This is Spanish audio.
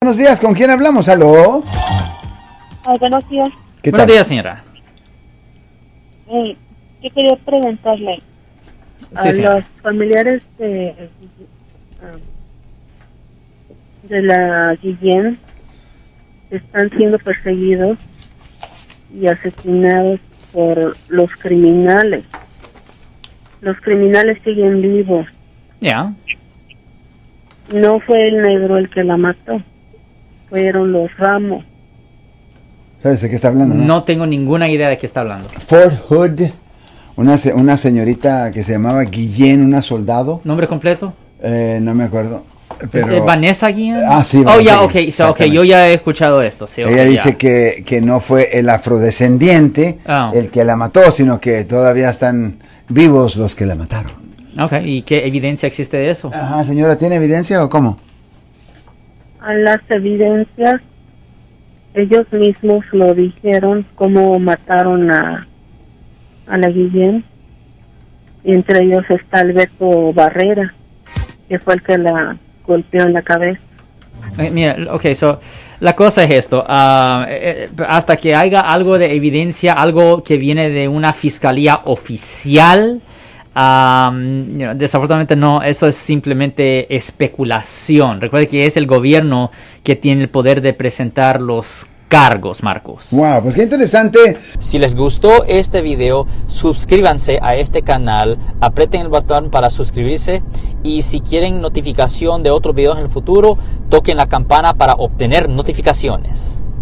Buenos días, ¿con quién hablamos? ¿Aló? Ay, buenos días. ¿Qué Buenos tal? días, señora. Eh, yo quería preguntarle Sí, a señora. los familiares de, ah, de la Guillén están siendo perseguidos y asesinados por los criminales. Los criminales siguen vivos. Ya. No fue el negro el que la mató, fueron los ramos. ¿Sabes de qué está hablando? No tengo ninguna idea de qué está hablando. Fort Hood, una, se- una señorita que se llamaba Guillén, una soldado, ¿Nombre completo? eh, no me acuerdo, pero Este, ¿Vanessa Guillén? Ah, sí, Oh, Vanessa ya, ok. Guillén, so, ok, yo ya he escuchado esto. Sí, ok, ella ya. dice que, que no fue el afrodescendiente Ah. el que la mató, sino que todavía están vivos los que la mataron. Ok, ¿y qué evidencia existe de eso? Ajá, señora, ¿tiene evidencia o cómo? a las evidencias, ellos mismos lo dijeron, cómo mataron a, a la Guillén. Y entre ellos está Alberto Barrera, que fue el que la golpeó en la cabeza. Eh, Mira, ok, so, la cosa es esto. ah, eh, eh, hasta que haya algo de evidencia, algo que viene de una fiscalía oficial, ah, you know, desafortunadamente no, eso es simplemente especulación. Recuerde que es el gobierno que tiene el poder de presentar los cargos, Marcos. Wow, pues qué interesante. Si les gustó este video, suscríbanse a este canal, aprieten el botón para suscribirse y si quieren notificación de otros videos en el futuro, toquen la campana para obtener notificaciones.